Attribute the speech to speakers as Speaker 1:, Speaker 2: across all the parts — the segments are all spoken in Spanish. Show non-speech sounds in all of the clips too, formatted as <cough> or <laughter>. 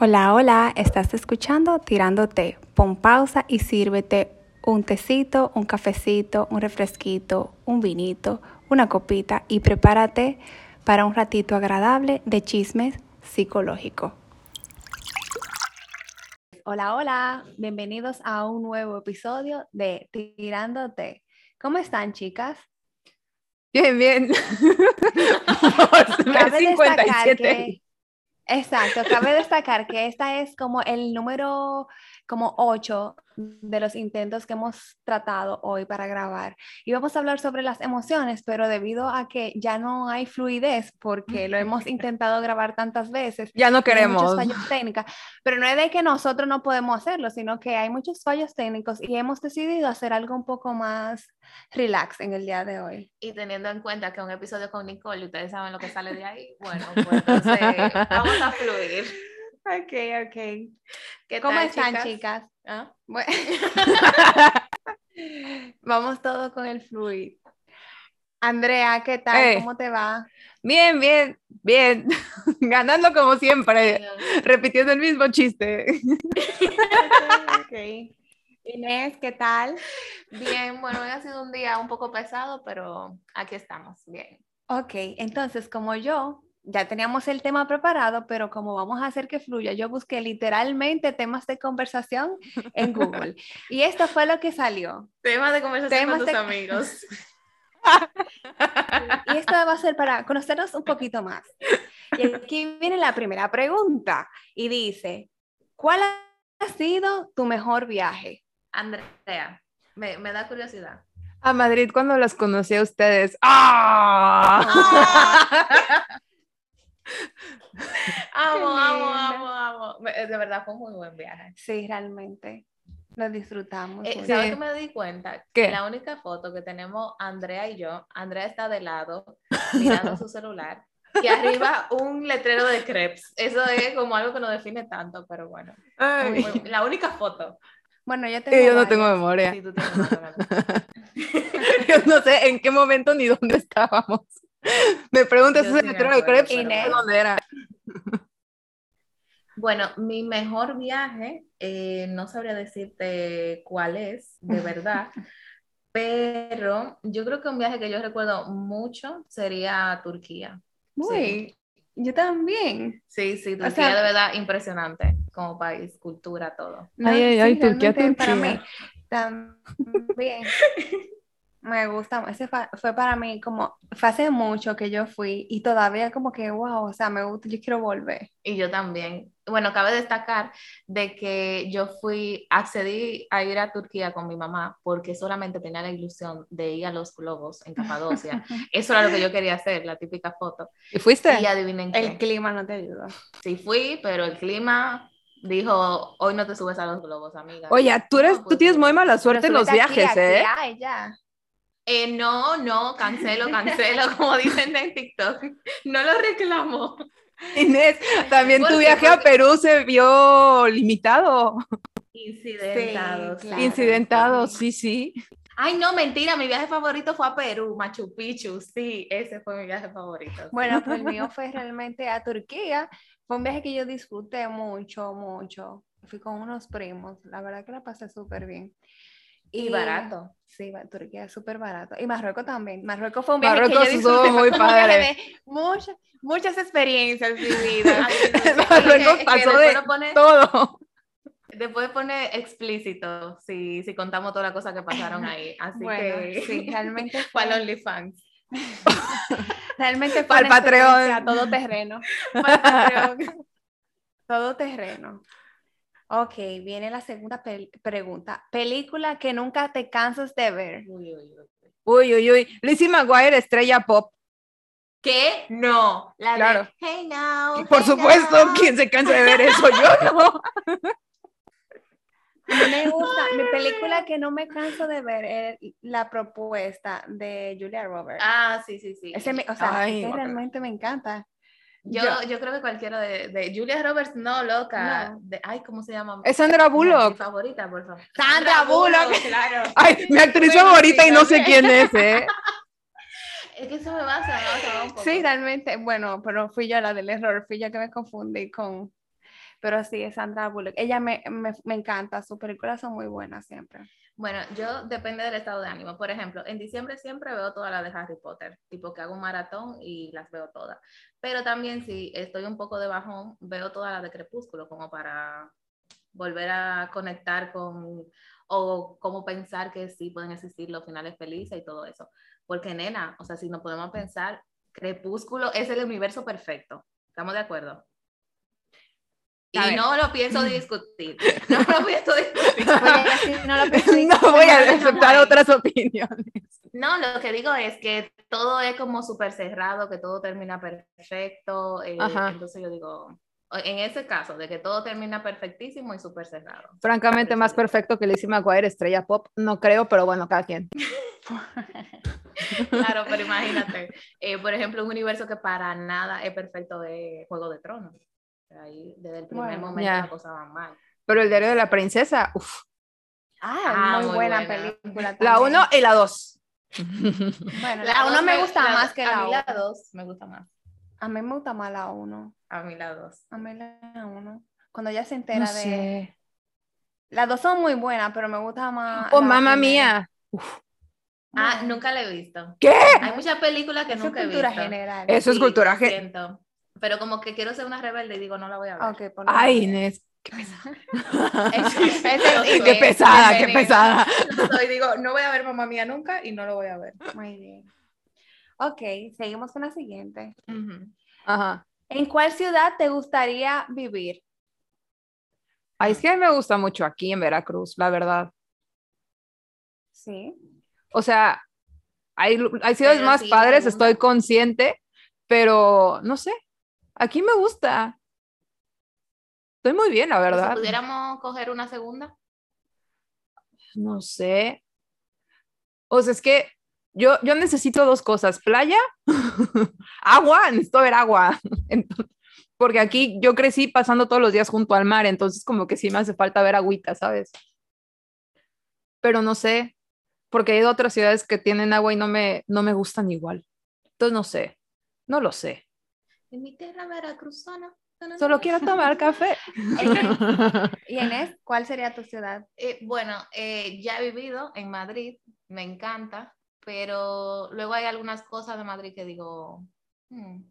Speaker 1: Hola, hola, estás escuchando Tirándote. Pon pausa y sírvete un tecito, un cafecito, un refresquito, un vinito, una copita y prepárate para un ratito agradable de chismes psicológico. Hola, hola, bienvenidos a un nuevo episodio de Tirándote. ¿Cómo están, chicas?
Speaker 2: Bien,
Speaker 3: <laughs>
Speaker 2: bien.
Speaker 1: Cabe destacar que- Exacto, cabe destacar que esta es como el número como 8 de los intentos que hemos tratado hoy para grabar. Y vamos a hablar sobre las emociones, pero debido a que ya no hay fluidez porque lo <laughs> hemos intentado grabar tantas veces,
Speaker 2: Ya no
Speaker 1: tiene
Speaker 2: queremos.
Speaker 1: muchos fallos técnicos, pero no es de que nosotros no podemos hacerlo, sino que hay muchos fallos técnicos y hemos decidido hacer algo un poco más relax en el día de hoy.
Speaker 3: Y teniendo en cuenta que un episodio con Nicole, ustedes saben lo que sale de ahí, bueno, pues <laughs> entonces vamos a fluir.
Speaker 1: Ok, ok.
Speaker 3: ¿Qué
Speaker 1: ¿Cómo
Speaker 3: tal,
Speaker 1: están, chicas?
Speaker 3: ¿Ah?
Speaker 1: Bueno. <laughs> Vamos todo con el fluid. Andrea, ¿qué tal?
Speaker 2: Ey.
Speaker 1: ¿Cómo te <laughs> va?
Speaker 2: Bien, bien, bien. <laughs> Ganando como siempre, repitiendo el mismo chiste.
Speaker 1: Inés, ¿qué tal?
Speaker 3: Bien, bueno, hoy ha sido un día un poco pesado, pero aquí estamos, bien.
Speaker 1: Ok, entonces como yo, ya teníamos el tema preparado, pero como vamos a hacer que fluya, yo busqué literalmente temas de conversación <laughs> en Google. y esto fue lo que salió.
Speaker 3: Tema de <laughs> conversación
Speaker 1: Temas
Speaker 3: con
Speaker 1: de-
Speaker 3: tus amigos.
Speaker 1: Y esto va a ser para conocernos un poquito más. Y aquí viene la primera pregunta y dice, ¿cuál ha sido tu mejor viaje?
Speaker 3: Andrea, me, me da <laughs> curiosidad.
Speaker 2: A Madrid cuando las conocí a ustedes. ¡Ah!
Speaker 3: Amo, amo,
Speaker 1: linda.
Speaker 3: amo, amo. Me- De verdad fue un muy buen viaje.
Speaker 1: Sí, realmente. Lo disfrutamos.
Speaker 3: Eh,
Speaker 1: mucho.
Speaker 3: ¿Sabes
Speaker 2: Sí.
Speaker 3: qué me di cuenta?
Speaker 2: ¿Qué?
Speaker 3: La única foto que tenemos Andrea y yo, Andrea está de lado mirando su celular y arriba un letrero de crepes. Eso es como algo que no define tanto, pero bueno.
Speaker 2: <laughs> Ay,
Speaker 3: Muy- muy- la única foto.
Speaker 1: Bueno, yo tengo.
Speaker 2: que yo no
Speaker 1: varias.
Speaker 2: tengo memoria.
Speaker 3: Sí, tú tienes una sola.
Speaker 2: <laughs> Yo no sé en qué momento ni dónde estábamos. Me preguntas
Speaker 3: Yo
Speaker 2: ese
Speaker 3: sí me
Speaker 2: letrero de
Speaker 3: acuerdo,
Speaker 2: crepes,
Speaker 3: pero
Speaker 1: Inés.
Speaker 3: bueno.
Speaker 2: ¿dónde era?
Speaker 3: Bueno, mi mejor viaje, eh, no sabría decirte cuál es,
Speaker 2: <laughs>
Speaker 3: de verdad, pero yo creo que un viaje que yo recuerdo mucho sería a Turquía.
Speaker 1: Uy, yo también.
Speaker 3: Sí, sí,
Speaker 1: O sea-
Speaker 3: Turquía de verdad impresionante como país, cultura, todo.
Speaker 2: Ay, ay, ay, Turquía,
Speaker 1: realmente Para mí,
Speaker 2: Turquía.
Speaker 1: también. Me gusta, ese fa- fue para mí como, fue hace mucho que yo fui y todavía como que, wow, o sea, me gusta, yo quiero volver.
Speaker 3: Y yo también. Bueno, cabe destacar de que yo fui, accedí a ir a Turquía con mi mamá porque solamente tenía la ilusión de ir a los globos
Speaker 1: <laughs>
Speaker 3: en Capadocia. Eso era lo que yo quería hacer, la típica foto.
Speaker 2: ¿Y fuiste?
Speaker 3: Y adivinen
Speaker 1: El
Speaker 3: qué.
Speaker 1: clima no te ayuda.
Speaker 3: Sí fui, pero el clima dijo, hoy no te subes a los globos, amiga.
Speaker 2: Oye, tú, eres,
Speaker 3: No,
Speaker 2: tú
Speaker 3: pues,
Speaker 2: tienes muy mala suerte en
Speaker 1: Pero
Speaker 2: los
Speaker 1: súbete aquí,
Speaker 2: viajes,
Speaker 1: aquí,
Speaker 2: ¿eh?
Speaker 1: ay, ya.
Speaker 3: Eh, no, no, cancelo, cancelo, como dicen en TikTok. <laughs> No lo reclamo.
Speaker 1: <laughs>
Speaker 2: Inés, también tu
Speaker 3: Porque-
Speaker 2: viaje a
Speaker 3: porque-
Speaker 2: Perú se vio limitado,
Speaker 3: Incidentados.
Speaker 1: Sí, claro.
Speaker 2: incidentado, sí, sí. <laughs>
Speaker 3: Ay, no, mentira, mi viaje favorito fue a Perú, Machu Picchu, sí, ese fue mi viaje favorito.
Speaker 1: Bueno, pues el mío fue realmente a Turquía. Fue un viaje que yo disfruté mucho, mucho. Fui con unos primos. La verdad que la pasé súper bien.
Speaker 3: y barato.
Speaker 1: Sí, ba- Turquía es súper barato. Y Marruecos también. Marruecos fue un viaje
Speaker 2: Marruecos
Speaker 1: que yo
Speaker 2: estuvo
Speaker 1: disfruté.
Speaker 2: muy
Speaker 1: fue como un viaje
Speaker 2: padre.
Speaker 1: de muchas, muchas experiencias
Speaker 3: <laughs>
Speaker 1: vividas.
Speaker 2: Marruecos
Speaker 3: Es que
Speaker 2: pasó
Speaker 3: después
Speaker 2: de
Speaker 3: lo pone-
Speaker 2: Todo.
Speaker 3: Después pone explícito si, si contamos todas las cosas que pasaron ahí. Así
Speaker 1: Bueno,
Speaker 3: que
Speaker 2: <laughs>
Speaker 1: sí,
Speaker 3: <laughs>
Speaker 1: realmente fue,
Speaker 3: para los OnlyFans.
Speaker 1: realmente fue
Speaker 2: pa'l
Speaker 1: una experiencia
Speaker 2: Patreon.
Speaker 1: a todo
Speaker 2: <laughs>
Speaker 1: terreno. Todo terreno. Ok, viene la segunda pel- pregunta. Película que nunca te cansas de ver.
Speaker 3: Uy, uy, uy.
Speaker 2: Uy, uy, uy. Lizzie McGuire, estrella pop.
Speaker 3: ¿Qué? No. La de,
Speaker 2: Claro.
Speaker 3: hey now.
Speaker 2: Por
Speaker 3: hey
Speaker 2: supuesto,
Speaker 3: now".
Speaker 2: ¿quién se cansa de
Speaker 1: <laughs>
Speaker 2: ver eso? Yo no.
Speaker 1: A mí <laughs> me gusta, mi película que no me canso de ver es La Propuesta de Julia Roberts.
Speaker 3: Ah, sí, sí, sí.
Speaker 1: Ese me- o sea,
Speaker 2: Ay,
Speaker 1: ese
Speaker 2: guácala.
Speaker 1: realmente me encanta.
Speaker 3: yo,
Speaker 1: yo-
Speaker 3: yo creo que cualquiera de, de Julia Roberts, no, loca.
Speaker 1: No.
Speaker 3: De- ay, ¿cómo se llama?
Speaker 2: Es Sandra
Speaker 3: No, mi
Speaker 2: Bullock.
Speaker 3: favorita, por favor.
Speaker 1: Sandra Bullock.
Speaker 3: Claro.
Speaker 2: Ay, mi actriz
Speaker 3: Bueno,
Speaker 2: favorita
Speaker 3: sí,
Speaker 2: y no sé
Speaker 3: también.
Speaker 2: quién
Speaker 1: <laughs>
Speaker 2: es, ¿eh?
Speaker 3: Es que eso me va a sonar, me va a sonar un poco.
Speaker 1: Sí, realmente, bueno, pero fui yo la del error, fui yo que me confundí con, Pero sí, es Sandra Bullock. Ella me, me, me encanta, sus películas son muy buenas siempre.
Speaker 3: Bueno, yo depende del estado de ánimo. Por ejemplo, en diciembre siempre veo todas las de Harry Potter, tipo que hago un maratón y las veo todas. Pero también si estoy un poco de bajón, veo todas las de Crepúsculo como para volver a conectar con o cómo pensar que sí pueden existir los finales felices y todo eso. Porque nena, o sea, si no podemos pensar, Crepúsculo es el universo perfecto. ¿Estamos de acuerdo? Y
Speaker 2: A ver.
Speaker 3: no lo pienso discutir. No lo pienso discutir.
Speaker 1: Oye, sí, <laughs> no, lo pienso ni-
Speaker 2: <laughs> No voy a
Speaker 3: no, no,
Speaker 2: aceptar
Speaker 3: no.
Speaker 2: otras opiniones.
Speaker 3: No, lo que digo es que todo es como súper cerrado, que todo termina perfecto. eh,
Speaker 2: Ajá.
Speaker 3: entonces yo digo, en ese caso, de que todo termina perfectísimo y súper cerrado. <laughs>
Speaker 2: Francamente, más perfecto que Lizzie McGuire, estrella pop, no creo, pero bueno, cada quien.
Speaker 3: Claro, pero imagínate, eh, por ejemplo, un universo que para nada es perfecto de Juego de Tronos. Ahí, desde el primer
Speaker 1: Bueno,
Speaker 3: momento
Speaker 2: ya.
Speaker 3: la cosa va mal.
Speaker 2: Pero el diario de la princesa, uff,
Speaker 1: Ah,
Speaker 3: Ah,
Speaker 1: muy,
Speaker 3: muy
Speaker 1: buena,
Speaker 3: buena.
Speaker 1: película.
Speaker 2: la
Speaker 1: también.
Speaker 2: 1 y la 2.
Speaker 1: Bueno,
Speaker 3: dos
Speaker 1: la 1 me gusta
Speaker 3: la-
Speaker 1: más que
Speaker 3: a
Speaker 1: la
Speaker 3: mí
Speaker 1: 1.
Speaker 3: la 2 me gusta más.
Speaker 1: A mí me gusta más la 1.
Speaker 3: A mí la 2.
Speaker 1: A mí la 1. Cuando ella se entera
Speaker 2: No
Speaker 1: de...
Speaker 2: sé.
Speaker 1: Las dos son muy buenas, pero me gusta más...
Speaker 2: Oh,
Speaker 1: Ah, la
Speaker 2: mamá
Speaker 1: primera.
Speaker 2: mía.
Speaker 3: Ah,
Speaker 1: Bueno,
Speaker 3: nunca la he visto.
Speaker 2: ¿Qué?
Speaker 3: Hay muchas películas que
Speaker 1: Eso es
Speaker 3: nunca he
Speaker 1: cultura
Speaker 3: visto.
Speaker 1: general.
Speaker 2: Eso es
Speaker 3: Sí,
Speaker 2: cultura
Speaker 3: lo
Speaker 2: gen-
Speaker 3: siento. Pero como que quiero ser una rebelde y digo, no la voy a ver.
Speaker 1: Ok, por lo
Speaker 2: Ay,
Speaker 1: menos.
Speaker 2: Inés. <laughs>
Speaker 3: <laughs> Ese- ese-
Speaker 2: Qué pesada, qué
Speaker 3: <laughs>
Speaker 2: pesada.
Speaker 3: Y digo, no voy a ver mamá mía nunca y no lo voy a ver.
Speaker 1: Muy bien. Ok, seguimos con la siguiente.
Speaker 3: Ujú.
Speaker 2: Ajá.
Speaker 1: ¿En cuál ciudad te gustaría vivir?
Speaker 2: Ay, es que a mí me gusta mucho aquí en Veracruz, la verdad.
Speaker 1: Sí.
Speaker 2: O sea, hay, lu- hay ciudades
Speaker 3: Pero
Speaker 2: más
Speaker 3: sí,
Speaker 2: padres,
Speaker 3: según-
Speaker 2: estoy consciente, pero no sé, aquí me gusta. Estoy muy bien, la
Speaker 3: Si
Speaker 2: verdad.
Speaker 3: pudiéramos coger una segunda.
Speaker 2: No sé. O sea, es que yo, yo necesito dos cosas, playa, <laughs> agua, necesito ver agua. <laughs> Entonces, porque aquí yo crecí pasando todos los días junto al mar, entonces como que sí me hace falta ver agüita, ¿sabes? Pero no sé, porque he ido a otras ciudades que tienen agua y no me, no me gustan igual. Entonces no sé, no lo sé.
Speaker 3: En mi tierra veracruzana.
Speaker 2: Solo quiero tomar café. <laughs>
Speaker 1: ¿Y Inés, cuál sería tu ciudad?
Speaker 3: Eh, bueno, eh, ya he vivido en Madrid, me encanta, pero luego hay algunas cosas de Madrid que digo, "Hmm".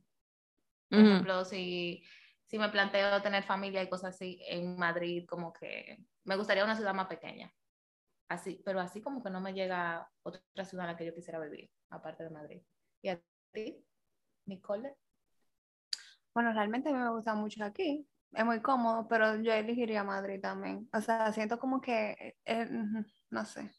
Speaker 3: por
Speaker 2: Ujú.
Speaker 3: ejemplo, si, si me planteo tener familia y cosas así en Madrid, como que me gustaría una ciudad más pequeña, así, pero así como que no me llega otra ciudad en la que yo quisiera vivir, aparte de Madrid. ¿Y a ti, Nicole?
Speaker 1: Bueno, realmente a mí me gusta mucho aquí. Es muy cómodo, pero yo elegiría Madrid también. O sea, siento como que, eh, ujú, no sé.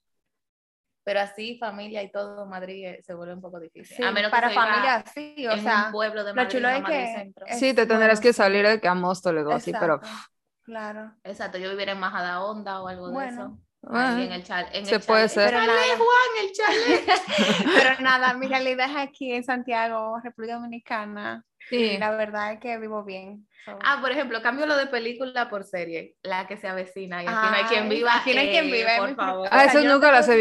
Speaker 3: Pero así familia y todo, Madrid eh, se vuelve un poco difícil.
Speaker 1: Sí,
Speaker 3: a menos
Speaker 1: para
Speaker 3: que se viva
Speaker 1: familia, sí. O
Speaker 3: en
Speaker 1: sea,
Speaker 3: un pueblo de
Speaker 1: lo
Speaker 3: Madrid,
Speaker 1: chulo
Speaker 3: no
Speaker 1: es
Speaker 3: Madrid
Speaker 1: que-
Speaker 3: centro.
Speaker 1: es-
Speaker 2: Sí, te tendrás
Speaker 1: bueno,
Speaker 2: que
Speaker 1: sí.
Speaker 2: salir de Camosto luego, sí, pero...
Speaker 1: exacto, Claro.
Speaker 3: Exacto, yo viviera en Majadahonda o algo de
Speaker 1: Bueno.
Speaker 3: eso.
Speaker 2: ah.
Speaker 3: Ahí en el chal- en
Speaker 2: se
Speaker 3: el
Speaker 2: puede ser.
Speaker 3: chale. ¡Chale, Juan, el chale!
Speaker 1: <laughs> Pero nada, mi realidad es aquí en Santiago, República Dominicana.
Speaker 3: <laughs>
Speaker 2: Sí.
Speaker 1: Y la verdad es que vivo bien. so.
Speaker 3: ah, por ejemplo, cambio lo de película por serie, la que se avecina. Y aquí no hay quien
Speaker 1: Ay,
Speaker 3: viva.
Speaker 1: aquí no hay quien
Speaker 3: eh,
Speaker 1: viva, es
Speaker 3: Por
Speaker 1: mi-
Speaker 3: favor.
Speaker 1: o
Speaker 2: Ah,
Speaker 1: sea,
Speaker 2: esas
Speaker 1: yo no
Speaker 2: nunca
Speaker 1: tengo
Speaker 2: las he
Speaker 1: tanta-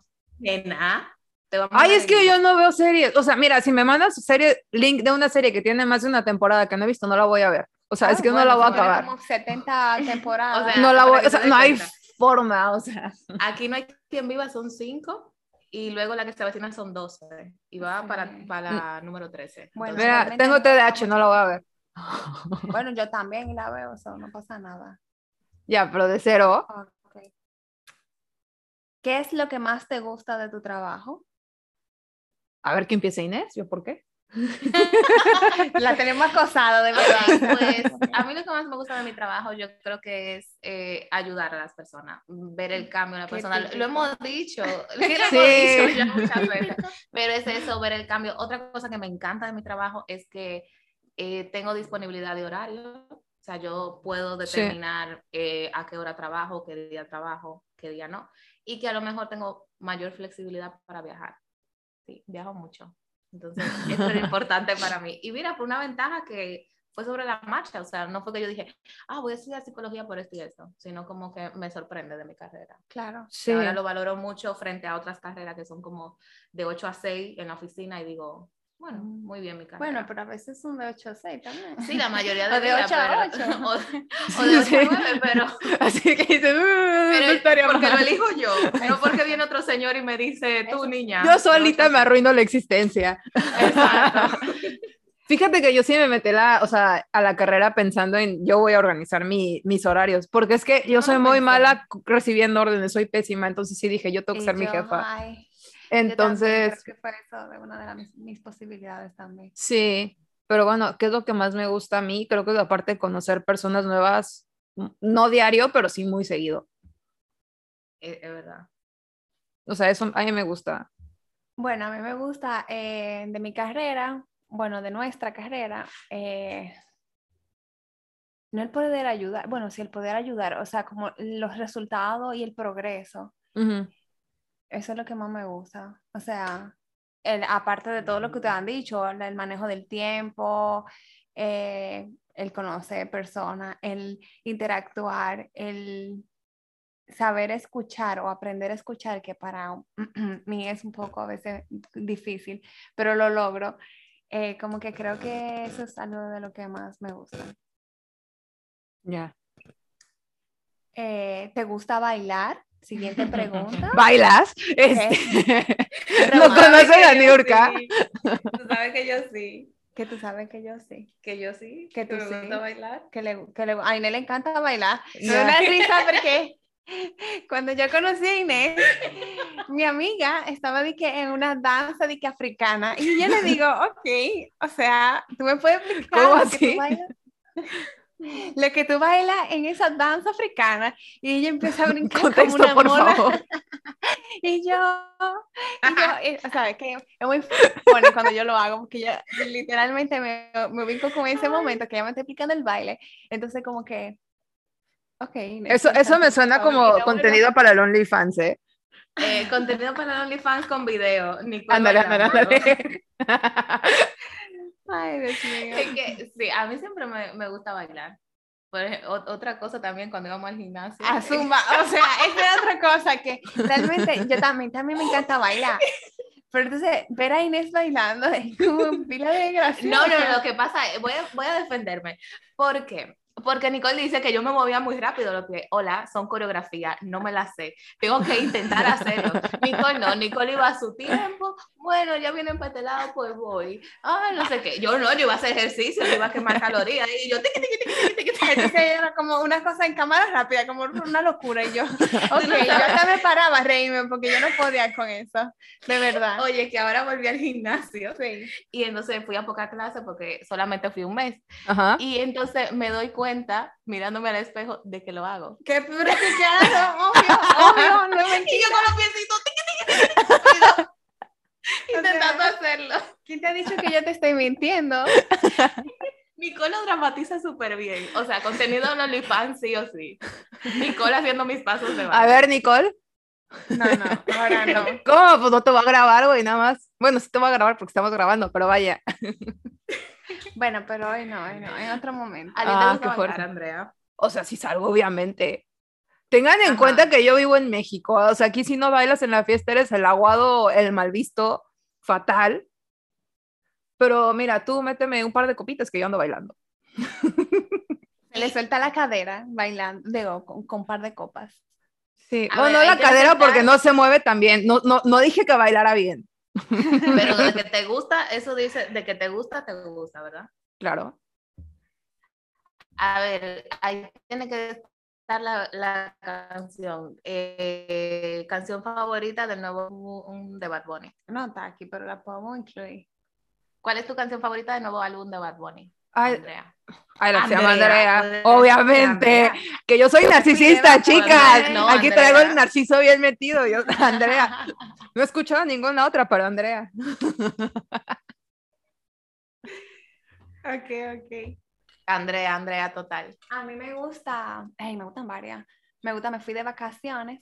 Speaker 2: visto.
Speaker 3: Nena, te vamos
Speaker 2: Ay,
Speaker 3: a
Speaker 2: es que
Speaker 3: venir.
Speaker 2: yo no veo series. O sea, mira, si me mandas serie, link de una serie que tiene más de una temporada que no he visto, no la voy a ver. O sea,
Speaker 1: Ah,
Speaker 2: es que no
Speaker 1: bueno,
Speaker 2: la voy a
Speaker 1: se pone
Speaker 2: acabar.
Speaker 1: Como <laughs> 70 temporadas.
Speaker 3: O sea,
Speaker 2: No la
Speaker 3: para
Speaker 2: voy,
Speaker 3: que
Speaker 2: o sea,
Speaker 3: te des
Speaker 2: no hay
Speaker 3: cuenta.
Speaker 2: forma, o sea.
Speaker 3: Aquí no hay quien viva, son cinco. Y luego la que se avecina son 12. Y va
Speaker 1: Sí.
Speaker 3: para, para la número 13.
Speaker 1: Bueno,
Speaker 3: Entonces,
Speaker 2: Mira,
Speaker 1: Realmente
Speaker 2: tengo
Speaker 1: no la
Speaker 2: TDAH, no la voy a ver.
Speaker 1: <laughs> Bueno, yo también la veo, eso no pasa nada.
Speaker 2: Ya, pero de cero.
Speaker 1: Ok. ¿Qué es lo que más te gusta de tu trabajo?
Speaker 2: A ver qué empieza Inés, yo por qué.
Speaker 1: <laughs> La tenemos acosada, de <laughs>
Speaker 3: Ahora, pues, a mí lo que más me gusta de mi trabajo, yo creo que es eh, ayudar a las personas, ver el cambio en la
Speaker 1: Mm, Qué
Speaker 3: persona. Lo- Lo
Speaker 1: típico.
Speaker 3: hemos
Speaker 1: <laughs>
Speaker 3: dicho, <laughs> lo hemos
Speaker 2: Sí.
Speaker 3: dicho ya muchas veces, pero es eso, ver el cambio. Otra cosa que me encanta de mi trabajo es que eh, tengo disponibilidad de horario, o sea, yo puedo
Speaker 2: Sí.
Speaker 3: determinar eh, a qué hora trabajo, qué día trabajo, qué día no, y que a lo mejor tengo mayor flexibilidad para viajar. Sí, viajo mucho. Entonces,
Speaker 2: <laughs>
Speaker 3: esto es importante para mí. Y mira, fue una ventaja que fue sobre la marcha, o sea, no fue que yo dije, ah, voy a estudiar psicología por esto y esto, sino como que me sorprende de mi carrera.
Speaker 1: Claro.
Speaker 2: Sí.
Speaker 3: Ahora lo valoro mucho frente a otras carreras que son como de 8 a 6 en la oficina y digo, Bueno, muy bien, mi carrera.
Speaker 1: Bueno, pero a veces son de 8 a 6 también.
Speaker 3: Sí, la mayoría
Speaker 1: O
Speaker 3: de
Speaker 1: de
Speaker 3: vida,
Speaker 1: ocho a
Speaker 3: pero-
Speaker 1: ocho.
Speaker 3: <laughs> O, o de 8 a 9, pero,
Speaker 2: <laughs> Así que dices, "Uh, no estaría
Speaker 3: pero porque lo
Speaker 2: mal".
Speaker 3: elijo yo, no porque viene otro señor y me dice, tú
Speaker 1: Eso.
Speaker 3: niña.
Speaker 2: Yo
Speaker 3: pues
Speaker 2: solita me arruino la existencia.
Speaker 3: Exacto.
Speaker 2: Fíjate que yo sí me metí la, o sea, a la carrera pensando en yo voy a organizar mi- mis horarios, porque es que yo
Speaker 3: No
Speaker 2: soy
Speaker 3: lo
Speaker 2: muy
Speaker 3: pensé.
Speaker 2: mala c- recibiendo órdenes, soy pésima, entonces sí dije, yo tengo que
Speaker 1: Y
Speaker 2: ser mi
Speaker 1: yo,
Speaker 2: jefa.
Speaker 1: ay, yo también
Speaker 2: Entonces,
Speaker 1: creo que fue eso de una de las, mis, mis posibilidades también.
Speaker 2: sí, pero bueno, ¿qué es lo que más me gusta a mí? Creo que aparte de conocer personas nuevas, m- no diario, pero sí muy seguido.
Speaker 3: Es, es verdad.
Speaker 2: O sea, eso a mí me gusta.
Speaker 1: Bueno, a mí me gusta eh, de mi carrera, bueno, de nuestra carrera, eh, no el poder ayudar, bueno, sí el poder ayudar, o sea, como los resultados y el progreso,
Speaker 2: Ujú.
Speaker 1: eso es lo que más me gusta. O sea, el- aparte de todo lo que te han dicho, el, el manejo del tiempo, eh, el conocer personas, el interactuar, el saber escuchar o aprender a escuchar, que para <clears throat> mí es un poco a veces difícil, pero lo logro. Eh, como que creo que eso es algo de lo que más me gusta.
Speaker 2: Ya.
Speaker 1: Eh, ¿te gusta bailar? Siguiente pregunta.
Speaker 2: ¿Bailas? Este, ¿No conocen a Niurka?
Speaker 3: Tú sabes que yo sí,
Speaker 1: Que tú sabes que yo sí.
Speaker 3: que yo sí,
Speaker 1: Que tú sí.
Speaker 3: bailar.
Speaker 1: que le, que le- a Inés le encanta bailar. Me
Speaker 2: Ya.
Speaker 1: da una
Speaker 2: <laughs>
Speaker 1: risa porque <laughs> cuando yo conocí a Inés, mi amiga estaba de que en una danza de que africana y yo le
Speaker 2: <laughs>
Speaker 1: digo, ok, o sea, tú me puedes explicar
Speaker 2: ¿Cómo
Speaker 1: lo que
Speaker 2: así?
Speaker 1: tú bailas. <laughs> Lo que tú bailas en esa danza africana y ella empieza
Speaker 2: <laughs>
Speaker 1: a brincar como
Speaker 2: Contexto,
Speaker 1: una
Speaker 2: por
Speaker 1: mona
Speaker 2: favor.
Speaker 1: y yo, y yo, eh, o sea, es que es muy funny cuando yo lo hago, porque yo literalmente me, me ubico con ese momento que ya me está explicando el baile. Entonces, como que. Ok. Inés,
Speaker 2: Eso, eso me
Speaker 1: entonces,
Speaker 2: suena
Speaker 1: por favor,
Speaker 2: como
Speaker 1: y lo
Speaker 2: contenido para el OnlyFans, ¿eh?
Speaker 3: Eh, contenido para OnlyFans con video. Nicole
Speaker 2: Ándale, ándale,
Speaker 3: bailando.
Speaker 2: ándale. <laughs>
Speaker 1: vuelvo- Ay, Dios mío.
Speaker 3: Es que, sí, a mí siempre me, me gusta bailar. Por ej- o- otra cosa también cuando íbamos al gimnasio.
Speaker 1: A Zumba, o sea, esa es otra cosa que realmente yo también, también me encanta bailar. Pero entonces, ver a Inés bailando es como pila de gracia.
Speaker 3: No, no,
Speaker 1: <laughs>
Speaker 3: no, lo que pasa es, voy a, voy a defenderme. ¿Por qué? Porque Nicole dice que yo me movía muy rápido, lo que, hola, son coreografías, no me las sé, tengo que intentar hacerlo. Nicole no, Nicole iba a su tiempo, bueno, ya vienen para este lado, pues voy. Ah, no sé qué, yo no, yo iba a hacer ejercicio, yo iba a quemar calorías, y yo, tiqui, tiqui, tiqui, tiqui, tiqui.
Speaker 1: Entonces era como una cosa en cámara rápida, como una locura. <laughs> Y yo, ok,
Speaker 3: no
Speaker 1: yo hasta me paraba a reírme porque yo no podía con eso, de verdad.
Speaker 3: oye, que ahora volví al gimnasio,
Speaker 1: Sí.
Speaker 3: y entonces fui a poca clase porque solamente fui un mes,
Speaker 2: Ajá.
Speaker 3: y entonces me doy cuenta, mirándome al espejo, de que lo hago.
Speaker 1: Qué practicado, <laughs> obvio, obvio, no me
Speaker 3: Y yo con los piecitos, intentando hacerlo.
Speaker 1: ¿Quién te ha dicho que yo te estoy mintiendo?
Speaker 3: Nicole lo dramatiza súper bien. O sea, contenido de OnlyFans sí o sí. Nicole haciendo mis pasos de baile.
Speaker 2: A ver, Nicole.
Speaker 1: No, no, ahora no.
Speaker 2: ¿Cómo? Pues no te va a grabar, güey, nada más. Bueno, sí te va a grabar porque estamos grabando, pero vaya.
Speaker 1: Bueno, pero hoy no, hoy no, en otro momento.
Speaker 3: A ti
Speaker 2: Ah,
Speaker 3: te gusta
Speaker 2: qué fuerte.
Speaker 3: bailar, Andrea.
Speaker 2: O sea, sí salgo, obviamente. Tengan en
Speaker 3: Ajá.
Speaker 2: cuenta que yo vivo en México. O sea, aquí si no bailas en la fiesta eres el aguado, el mal visto, fatal. Pero mira, tú méteme un par de copitas que yo ando bailando.
Speaker 1: Se le suelta la cadera bailando, digo, con, con un par de copas.
Speaker 2: Sí.
Speaker 3: A
Speaker 2: No,
Speaker 3: ver,
Speaker 2: no
Speaker 3: hay
Speaker 2: la
Speaker 3: que
Speaker 2: cadera porque
Speaker 3: aceptar-
Speaker 2: no se mueve tan bien. No, no, no dije que bailara bien.
Speaker 3: Pero de que te gusta, eso dice, de que te gusta, te gusta, ¿verdad?
Speaker 2: Claro.
Speaker 3: A ver, ahí tiene que estar la, la canción. Eh, canción favorita del nuevo álbum de Bad Bunny.
Speaker 1: No está aquí, pero la podemos incluir.
Speaker 3: ¿Cuál es tu canción favorita del nuevo álbum de Bad Bunny,
Speaker 2: Ay,
Speaker 3: Andrea?
Speaker 2: ay, la que se llama
Speaker 3: Andrea,
Speaker 2: Andrea.
Speaker 3: puede-
Speaker 2: Obviamente.
Speaker 3: Andrea.
Speaker 2: Que yo soy narcisista,
Speaker 1: Andrea,
Speaker 2: chicas.
Speaker 1: no,
Speaker 2: Aquí
Speaker 3: Andrea.
Speaker 2: traigo el narciso bien metido.
Speaker 3: <laughs>
Speaker 2: Yo, Andrea. No he escuchado ninguna otra, pero Andrea.
Speaker 1: Ok, ok.
Speaker 3: Andrea, Andrea, total.
Speaker 1: A mí me gusta, ay, me gustan varias. Me gusta, me fui de vacaciones,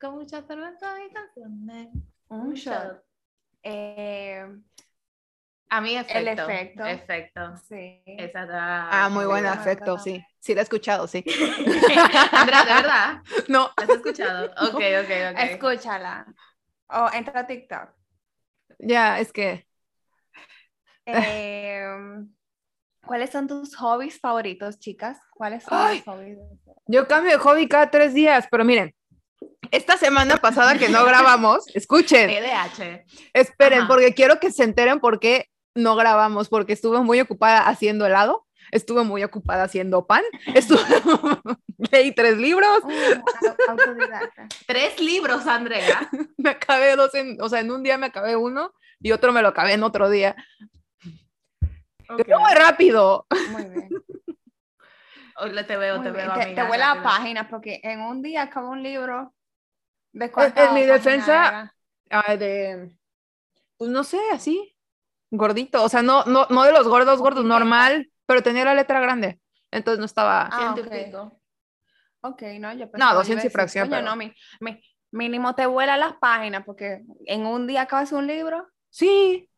Speaker 3: Con muchas preguntas y canciones.
Speaker 1: un shot. Eh,
Speaker 3: A mí efecto.
Speaker 1: efecto.
Speaker 3: Efecto.
Speaker 1: sí.
Speaker 3: Esa da-
Speaker 2: Ah, muy
Speaker 1: buena,
Speaker 2: buena,
Speaker 1: buena,
Speaker 2: efecto,
Speaker 1: buena.
Speaker 2: sí. Sí, la he escuchado, sí.
Speaker 3: <laughs> Andrea, de verdad.
Speaker 2: No,
Speaker 3: ¿Has <laughs> escuchado? Ok, ok, ok.
Speaker 1: Oh, Escúchala. O entra a TikTok.
Speaker 2: ya, es que.
Speaker 1: Eh, ¿Cuáles son tus hobbies favoritos, chicas? ¿Cuáles son
Speaker 2: Ay.
Speaker 1: tus hobbies?
Speaker 2: Yo cambio de hobby cada tres días, pero miren, esta semana pasada que
Speaker 3: <laughs>
Speaker 2: no grabamos, escuchen,
Speaker 3: TDAH.
Speaker 2: esperen,
Speaker 3: Eh, Ajá.
Speaker 2: porque quiero que se enteren por qué no grabamos, porque estuve muy ocupada haciendo helado, estuve muy ocupada haciendo pan, estuve, <laughs> leí tres libros,
Speaker 1: Uh, au- autodidacta.
Speaker 3: Tres libros, <laughs> Andrea.
Speaker 2: <laughs> me acabé dos, en- o sea, en un día me acabé uno y otro me lo acabé en otro día. Muy rápido.
Speaker 1: Muy bien.
Speaker 3: Hoy le- Oh, te veo,
Speaker 1: muy
Speaker 3: te
Speaker 1: bien.
Speaker 3: veo.
Speaker 1: Te,
Speaker 3: amiga,
Speaker 1: te huele a
Speaker 3: rápido.
Speaker 1: páginas porque en un día acabo un libro de
Speaker 2: en mi
Speaker 1: páginas
Speaker 2: defensa,
Speaker 1: era?
Speaker 2: ah, de, pues no sé, así, gordito, o sea, no, no, no de los gordos, gordos,
Speaker 1: Poquitito.
Speaker 2: normal, pero tenía la letra grande, entonces no estaba,
Speaker 1: Ah,
Speaker 3: Ciento y
Speaker 1: ok.
Speaker 3: pico.
Speaker 1: Ok, no, yo pensaba,
Speaker 2: 200 y
Speaker 1: iba a decir,
Speaker 2: fracción,
Speaker 1: "Coño,
Speaker 2: pero-
Speaker 1: no, mi- mi- mínimo te vuela las páginas porque en un día acabas un libro.
Speaker 2: sí,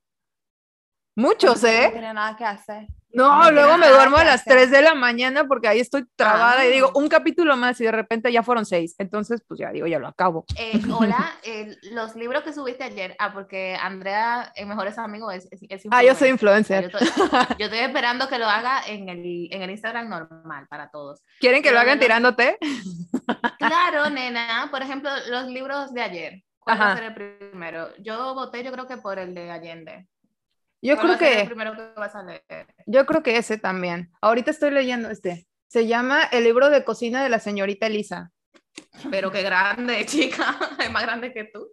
Speaker 2: muchos,
Speaker 1: No
Speaker 2: ¿eh?
Speaker 1: tiene nada que hacer.
Speaker 2: No,
Speaker 1: no
Speaker 2: luego
Speaker 1: tiene
Speaker 2: me
Speaker 1: nada
Speaker 2: duermo a
Speaker 1: que
Speaker 2: las
Speaker 1: hacer.
Speaker 2: 3 de la mañana porque ahí estoy trabada
Speaker 3: Ah.
Speaker 2: y digo, un capítulo más y de repente ya fueron 6, entonces pues ya digo, ya lo acabo.
Speaker 3: <laughs> Eh, hola, eh, los libros que subiste ayer. Ah, porque Andrea, el mejores amigos, es, es, es
Speaker 2: Ah, yo soy
Speaker 3: influencer.
Speaker 2: influencer.
Speaker 3: Yo estoy, yo estoy esperando que lo haga en el, en el Instagram normal para todos.
Speaker 2: ¿Quieren que lo
Speaker 3: yo
Speaker 2: hagan
Speaker 3: de los-
Speaker 2: tirándote?
Speaker 3: Claro, nena. Por ejemplo, los libros de ayer. ¿Cuál va a
Speaker 2: Ajá.
Speaker 3: ser el primero? Yo voté, yo creo que por el de Allende.
Speaker 2: Yo
Speaker 3: ¿Cuál va
Speaker 2: creo
Speaker 3: a ser
Speaker 2: que...
Speaker 3: El primero que vas a leer.
Speaker 2: Yo creo que ese también. Ahorita estoy leyendo este. Se llama El libro de cocina de la señorita Elisa.
Speaker 3: Pero qué grande, <laughs> chica. Es más grande que tú.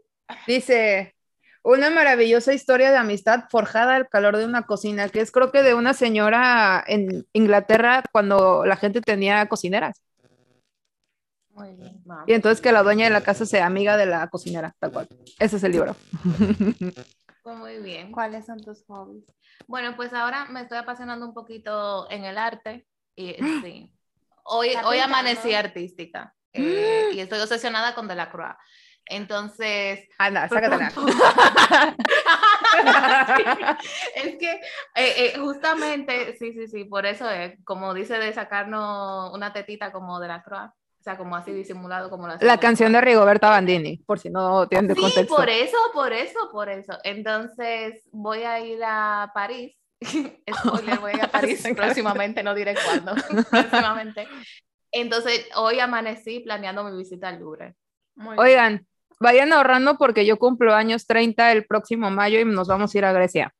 Speaker 2: Dice, una maravillosa historia de amistad forjada al calor de una cocina, que es creo que de una señora en Inglaterra cuando la gente tenía cocineras.
Speaker 1: Muy bien.
Speaker 3: No.
Speaker 2: Y entonces que la dueña de la casa sea amiga de la cocinera, tal cual. Ese es el libro.
Speaker 3: Pues Muy bien.
Speaker 1: ¿Cuáles son tus hobbies?
Speaker 3: Bueno, pues ahora me estoy apasionando un poquito en el arte.
Speaker 2: <gasps>
Speaker 3: Y sí. Hoy,
Speaker 1: Está
Speaker 3: hoy
Speaker 1: pintando.
Speaker 3: amanecí artística.
Speaker 2: <gasps>
Speaker 3: eh, y estoy obsesionada con Delacroix. Entonces, <laughs>
Speaker 2: Anda, Ah, sácatela.
Speaker 3: es que eh, eh, justamente, sí, sí, sí, por eso es, como dice de sacarnos una tetita como de la croa, o sea, como así disimulado como
Speaker 2: La canción de Rigoberta Bandini, por si no tienen de
Speaker 3: Sí,
Speaker 2: contexto.
Speaker 3: por eso, por eso, por eso. Entonces voy a ir a París. <laughs> Spoiler, voy a
Speaker 2: <laughs>
Speaker 3: ir a París
Speaker 2: Exacto.
Speaker 3: próximamente, no diré
Speaker 2: <laughs>
Speaker 3: cuándo. próximamente. Entonces hoy amanecí planeando mi visita al Louvre.
Speaker 1: Muy bien.
Speaker 2: Oigan, vayan ahorrando porque yo cumplo años 30 el próximo mayo y nos vamos a ir a Grecia.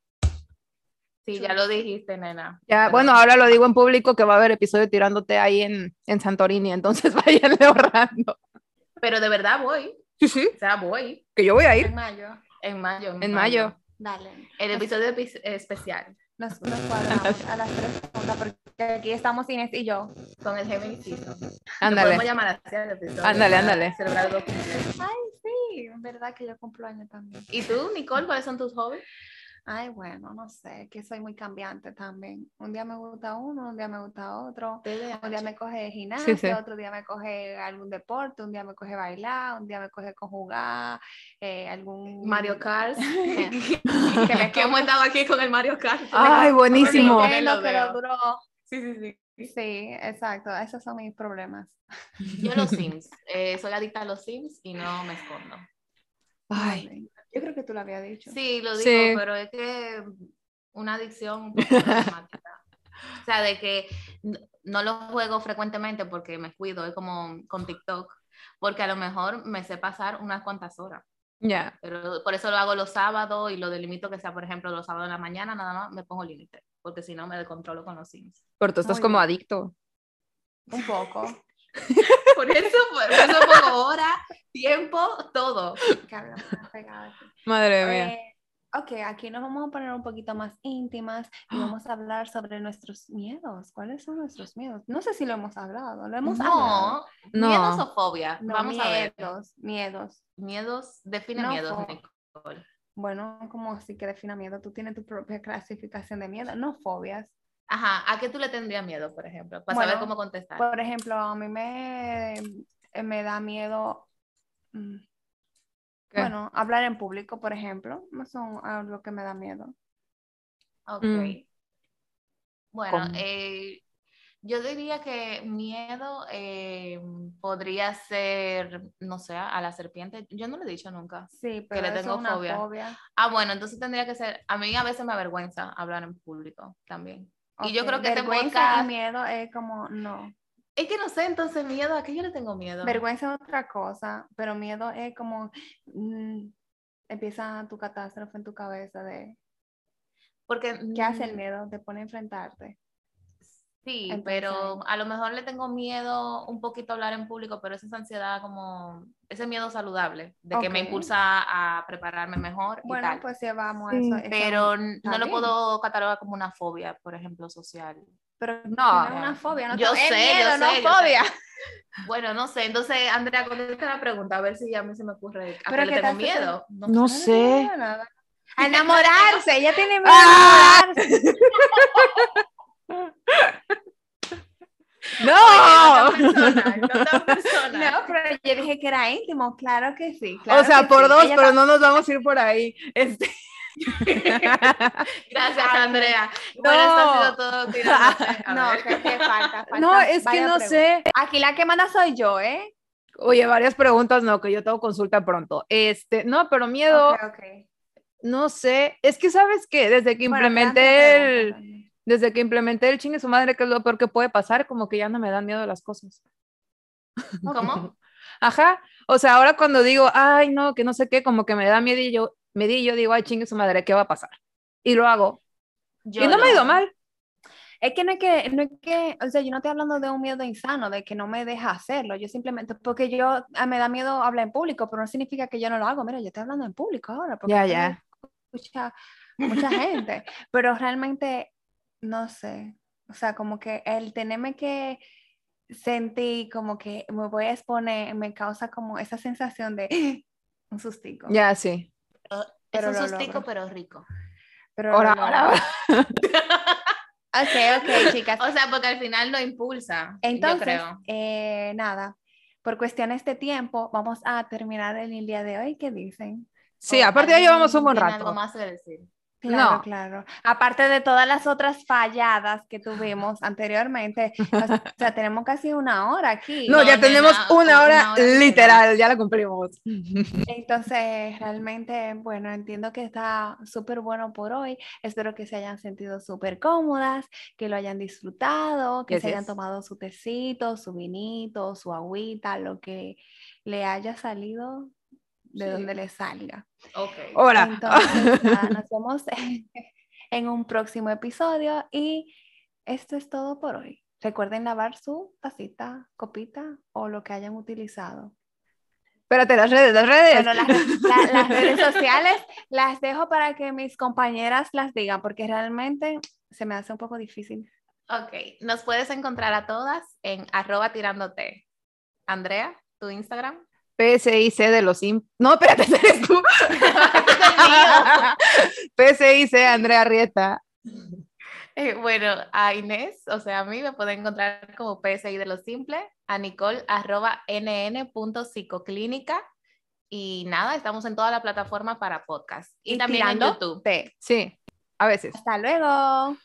Speaker 3: Sí, ya lo dijiste, nena.
Speaker 2: Ya,
Speaker 3: Pero-
Speaker 2: bueno, ahora lo digo en público que va a haber episodio tirándote ahí en, en Santorini, entonces <laughs> vayan ahorrando.
Speaker 3: Pero de verdad voy,
Speaker 2: Sí, sí,
Speaker 3: o sea, voy
Speaker 2: que yo voy a ir.
Speaker 1: En mayo.
Speaker 3: en mayo.
Speaker 2: En mayo.
Speaker 1: Dale.
Speaker 3: El episodio epi- especial
Speaker 1: Nos, nos cuadramos a las tres juntas porque aquí estamos Inés y yo.
Speaker 3: con el Gemini Season. Podemos
Speaker 2: Ándale.
Speaker 3: llamar así al episodio.
Speaker 2: Ándale,
Speaker 3: para
Speaker 2: ándale.
Speaker 3: celebrar dos cumpleaños.
Speaker 1: Sí, verdad que yo cumplo año también.
Speaker 3: ¿Y tú, Nicole, cuáles son tus hobbies?
Speaker 1: Ay, bueno, no sé, que soy muy cambiante también. Un día me gusta uno, un día me gusta otro. Un día me coge gimnasio, otro día me coge algún deporte, un día me coge bailar, un día me coge conjugar, eh, algún
Speaker 3: Mario Kart. <laughs>
Speaker 1: que me
Speaker 3: que hemos estado aquí con el Mario Kart.
Speaker 2: Ay, buenísimo.
Speaker 1: que lo duró.
Speaker 3: Sí, sí, sí.
Speaker 1: Sí, exacto, esos son mis problemas.
Speaker 3: Yo los Sims. Eh, soy adicta a los Sims y no me escondo.
Speaker 2: Ay,
Speaker 1: Vale. Yo creo que tú lo habías dicho.
Speaker 3: Sí, lo digo,
Speaker 2: Sí.
Speaker 3: pero es que una adicción un poco problemática. O sea, de que n- no lo juego frecuentemente porque me cuido, es como con TikTok, porque a lo mejor me sé pasar unas cuantas horas.
Speaker 2: ya.
Speaker 3: Pero por eso lo hago los sábados y lo delimito que sea, por ejemplo, los sábados en la mañana, nada más me pongo límite, porque si no me descontrolo con los Sims.
Speaker 2: Pero tú estás
Speaker 1: Muy
Speaker 2: como
Speaker 1: bien.
Speaker 2: adicto.
Speaker 1: Un poco.
Speaker 3: Por eso, por eso pongo hora, tiempo, todo.
Speaker 1: que hablamos más <laughs> pegado aquí.
Speaker 2: Madre mía.
Speaker 1: Eh, ok, aquí nos vamos a poner un poquito más íntimas y vamos a hablar sobre nuestros miedos. ¿Cuáles son nuestros miedos? No sé si lo hemos hablado. ¿Lo hemos hablado?
Speaker 2: No.
Speaker 3: No, miedos o fobia.
Speaker 1: No,
Speaker 3: Vamos a ver.
Speaker 1: Miedos, miedos.
Speaker 3: Miedos, define
Speaker 1: No,
Speaker 3: miedos,
Speaker 1: fo-
Speaker 3: Nicole.
Speaker 1: Bueno, como así que defina miedo, tú tienes tu propia clasificación de miedo, no fobias.
Speaker 3: Ajá, ¿a qué tú le tendrías miedo, por ejemplo? Para
Speaker 1: Bueno, pues,
Speaker 3: saber cómo contestar.
Speaker 1: Por ejemplo, a mí me, eh, me da miedo, mm,
Speaker 2: ¿Qué?
Speaker 1: bueno, hablar en público, por ejemplo, no son algo que me da miedo.
Speaker 3: Ok.
Speaker 2: Mm.
Speaker 3: Bueno,
Speaker 2: ¿Cómo?
Speaker 3: eh, Yo diría que miedo eh, podría ser, no sé, a la serpiente. Yo no lo he dicho nunca.
Speaker 1: Sí, pero
Speaker 3: le
Speaker 1: eso
Speaker 3: tengo
Speaker 1: es una
Speaker 3: fobia. Ah, bueno, entonces tendría que ser, a mí a veces me avergüenza hablar en público también. Y yo
Speaker 1: Ok,
Speaker 3: creo que este
Speaker 1: vergüenza
Speaker 3: podcast-
Speaker 1: y miedo es como, no.
Speaker 3: Es que no sé, entonces miedo, ¿a qué yo le tengo miedo?
Speaker 1: Vergüenza es otra cosa, pero miedo es como, mm, empieza tu catástrofe en tu cabeza de,
Speaker 3: Porque,
Speaker 1: ¿qué hace
Speaker 3: mm,
Speaker 1: el miedo? Te pone a enfrentarte.
Speaker 3: Sí,
Speaker 1: Entonces,
Speaker 3: pero a lo mejor le tengo miedo un poquito a hablar en público, pero esa es ansiedad como, ese miedo saludable, de que me
Speaker 1: Ok.
Speaker 3: impulsa a prepararme mejor y
Speaker 1: Bueno,
Speaker 3: tal.
Speaker 1: pues llevamos
Speaker 2: Sí,
Speaker 1: eso. eso-
Speaker 3: pero n- no
Speaker 1: está
Speaker 3: lo
Speaker 1: bien.
Speaker 3: puedo catalogar como una fobia, por ejemplo, social.
Speaker 1: pero
Speaker 2: No.
Speaker 1: es una fobia, no
Speaker 3: Yo
Speaker 1: te- es
Speaker 3: sé, yo
Speaker 1: miedo, no
Speaker 3: sé, yo
Speaker 1: fobia.
Speaker 3: Bueno, no sé, entonces, Andrea, contesta la pregunta, a ver si a mí se me ocurre, ¿a qué
Speaker 1: Pero
Speaker 3: le
Speaker 1: ¿qué
Speaker 3: tengo
Speaker 1: tal si te-
Speaker 3: miedo? No
Speaker 2: No
Speaker 1: No
Speaker 2: sé.
Speaker 1: tengo nada. A enamorarse, ella tiene miedo a
Speaker 2: ¡Ah!
Speaker 1: enamorarse.
Speaker 2: <laughs>
Speaker 1: <laughs>
Speaker 3: Oye,
Speaker 2: ¡No!
Speaker 3: no tan personal, no tan personal.
Speaker 1: No, pero yo dije que era íntimo, claro que sí.
Speaker 2: o sea, por dos, pero
Speaker 1: no
Speaker 2: no nos vamos a ir por ahí. Este, <laughs>
Speaker 3: Gracias, Andrea. Bueno, esto ha sido
Speaker 1: <laughs>
Speaker 2: No.
Speaker 3: todo. tirando a
Speaker 1: No,
Speaker 3: ver.
Speaker 1: que, que falta, falta
Speaker 2: <laughs> no, es que
Speaker 1: varias
Speaker 2: no
Speaker 1: preguntas.
Speaker 2: sé.
Speaker 1: Aquí la que manda soy yo, ¿eh?
Speaker 2: Oye, varias preguntas, no, que yo tengo consulta pronto. Este, no, pero miedo,
Speaker 1: Ok, ok.
Speaker 2: no sé. Es que sabes que desde que
Speaker 1: Bueno, quedan
Speaker 2: implementé
Speaker 1: tres
Speaker 2: el,
Speaker 1: preguntas también.
Speaker 2: desde que implementé el chingue su madre, que es lo peor que puede pasar, como que ya no me dan miedo las cosas.
Speaker 3: ¿Cómo?
Speaker 2: Ajá. O sea, ahora cuando digo, ay, no, que no sé qué, como que me da miedo y yo, me di, yo digo, ay, chingue su madre, ¿qué va a pasar? Y lo hago.
Speaker 3: Yo
Speaker 2: y no me ha ido mal.
Speaker 1: Es que no es que, no es que, o sea, yo no estoy hablando de un miedo insano, de que no me deja hacerlo. Yo simplemente, porque yo ah, me da miedo hablar en público, pero no significa que yo no lo hago. Mira, yo estoy hablando en público ahora. porque
Speaker 2: Ya,
Speaker 1: esto me
Speaker 2: ya.
Speaker 1: Escucha mucha gente, <laughs> pero realmente, no sé. O sea, como que el tenerme que sentir como que me voy a exponer, me causa como esa sensación de <gasps> un sustico.
Speaker 2: Ya, sí.
Speaker 3: Es
Speaker 1: pero
Speaker 3: un
Speaker 1: lo
Speaker 3: sustico,
Speaker 1: logro.
Speaker 3: pero rico.
Speaker 1: Pero
Speaker 2: Ahora,
Speaker 1: no.
Speaker 2: ahora, <laughs> ahora.
Speaker 1: Ok, ok, chicas.
Speaker 3: <laughs> O sea, porque al final lo impulsa. yo
Speaker 1: Entonces,
Speaker 3: creo.
Speaker 1: eh, nada, por cuestiones de tiempo, vamos a terminar el día de hoy. ¿Qué dicen?
Speaker 2: Sí,
Speaker 3: O
Speaker 2: aparte ya
Speaker 3: alguien
Speaker 2: llevamos un buen
Speaker 3: tiene algo
Speaker 2: rato.
Speaker 3: más que decir.
Speaker 1: Claro,
Speaker 2: No.
Speaker 1: claro. Aparte de todas las otras falladas que tuvimos anteriormente, o sea, tenemos casi una hora aquí.
Speaker 2: No,
Speaker 3: No,
Speaker 2: ya
Speaker 3: nena,
Speaker 2: tenemos una
Speaker 3: una
Speaker 2: hora,
Speaker 3: hora
Speaker 2: literal, ya la cumplimos.
Speaker 1: Entonces, realmente, bueno, entiendo que está súper bueno por hoy. Espero que se hayan sentido súper cómodas, que lo hayan disfrutado, que
Speaker 2: Así
Speaker 1: se hayan
Speaker 2: es.
Speaker 1: tomado su tecito, su vinito, su agüita, lo que le haya salido de
Speaker 3: Sí.
Speaker 1: donde le salga.
Speaker 3: Ok.
Speaker 2: Ahora.
Speaker 1: Entonces, nada, nos vemos <laughs> en un próximo episodio y esto es todo por hoy. Recuerden lavar su tacita, copita o lo que hayan utilizado.
Speaker 2: Espérate, las redes, las redes.
Speaker 1: Bueno, las, la- las redes sociales las dejo para que mis compañeras las digan, porque realmente se me hace un poco difícil.
Speaker 3: Ok. Nos puedes encontrar a todas en arroba tirándote. Andrea, tu Instagram.
Speaker 2: PSIC de los imp... No, espérate, <laughs> eres tú. PSIC Andrea Rieta.
Speaker 3: Eh, bueno, a Inés, o sea, a mí me pueden encontrar como PSI de lo simple, a Nicole, arroba nn.psicoclínica. Y nada, estamos en toda la plataforma para podcast. Y,
Speaker 1: Y
Speaker 3: también
Speaker 1: tirando
Speaker 3: en YouTube.
Speaker 1: Te-
Speaker 2: Sí, a veces.
Speaker 1: Hasta luego.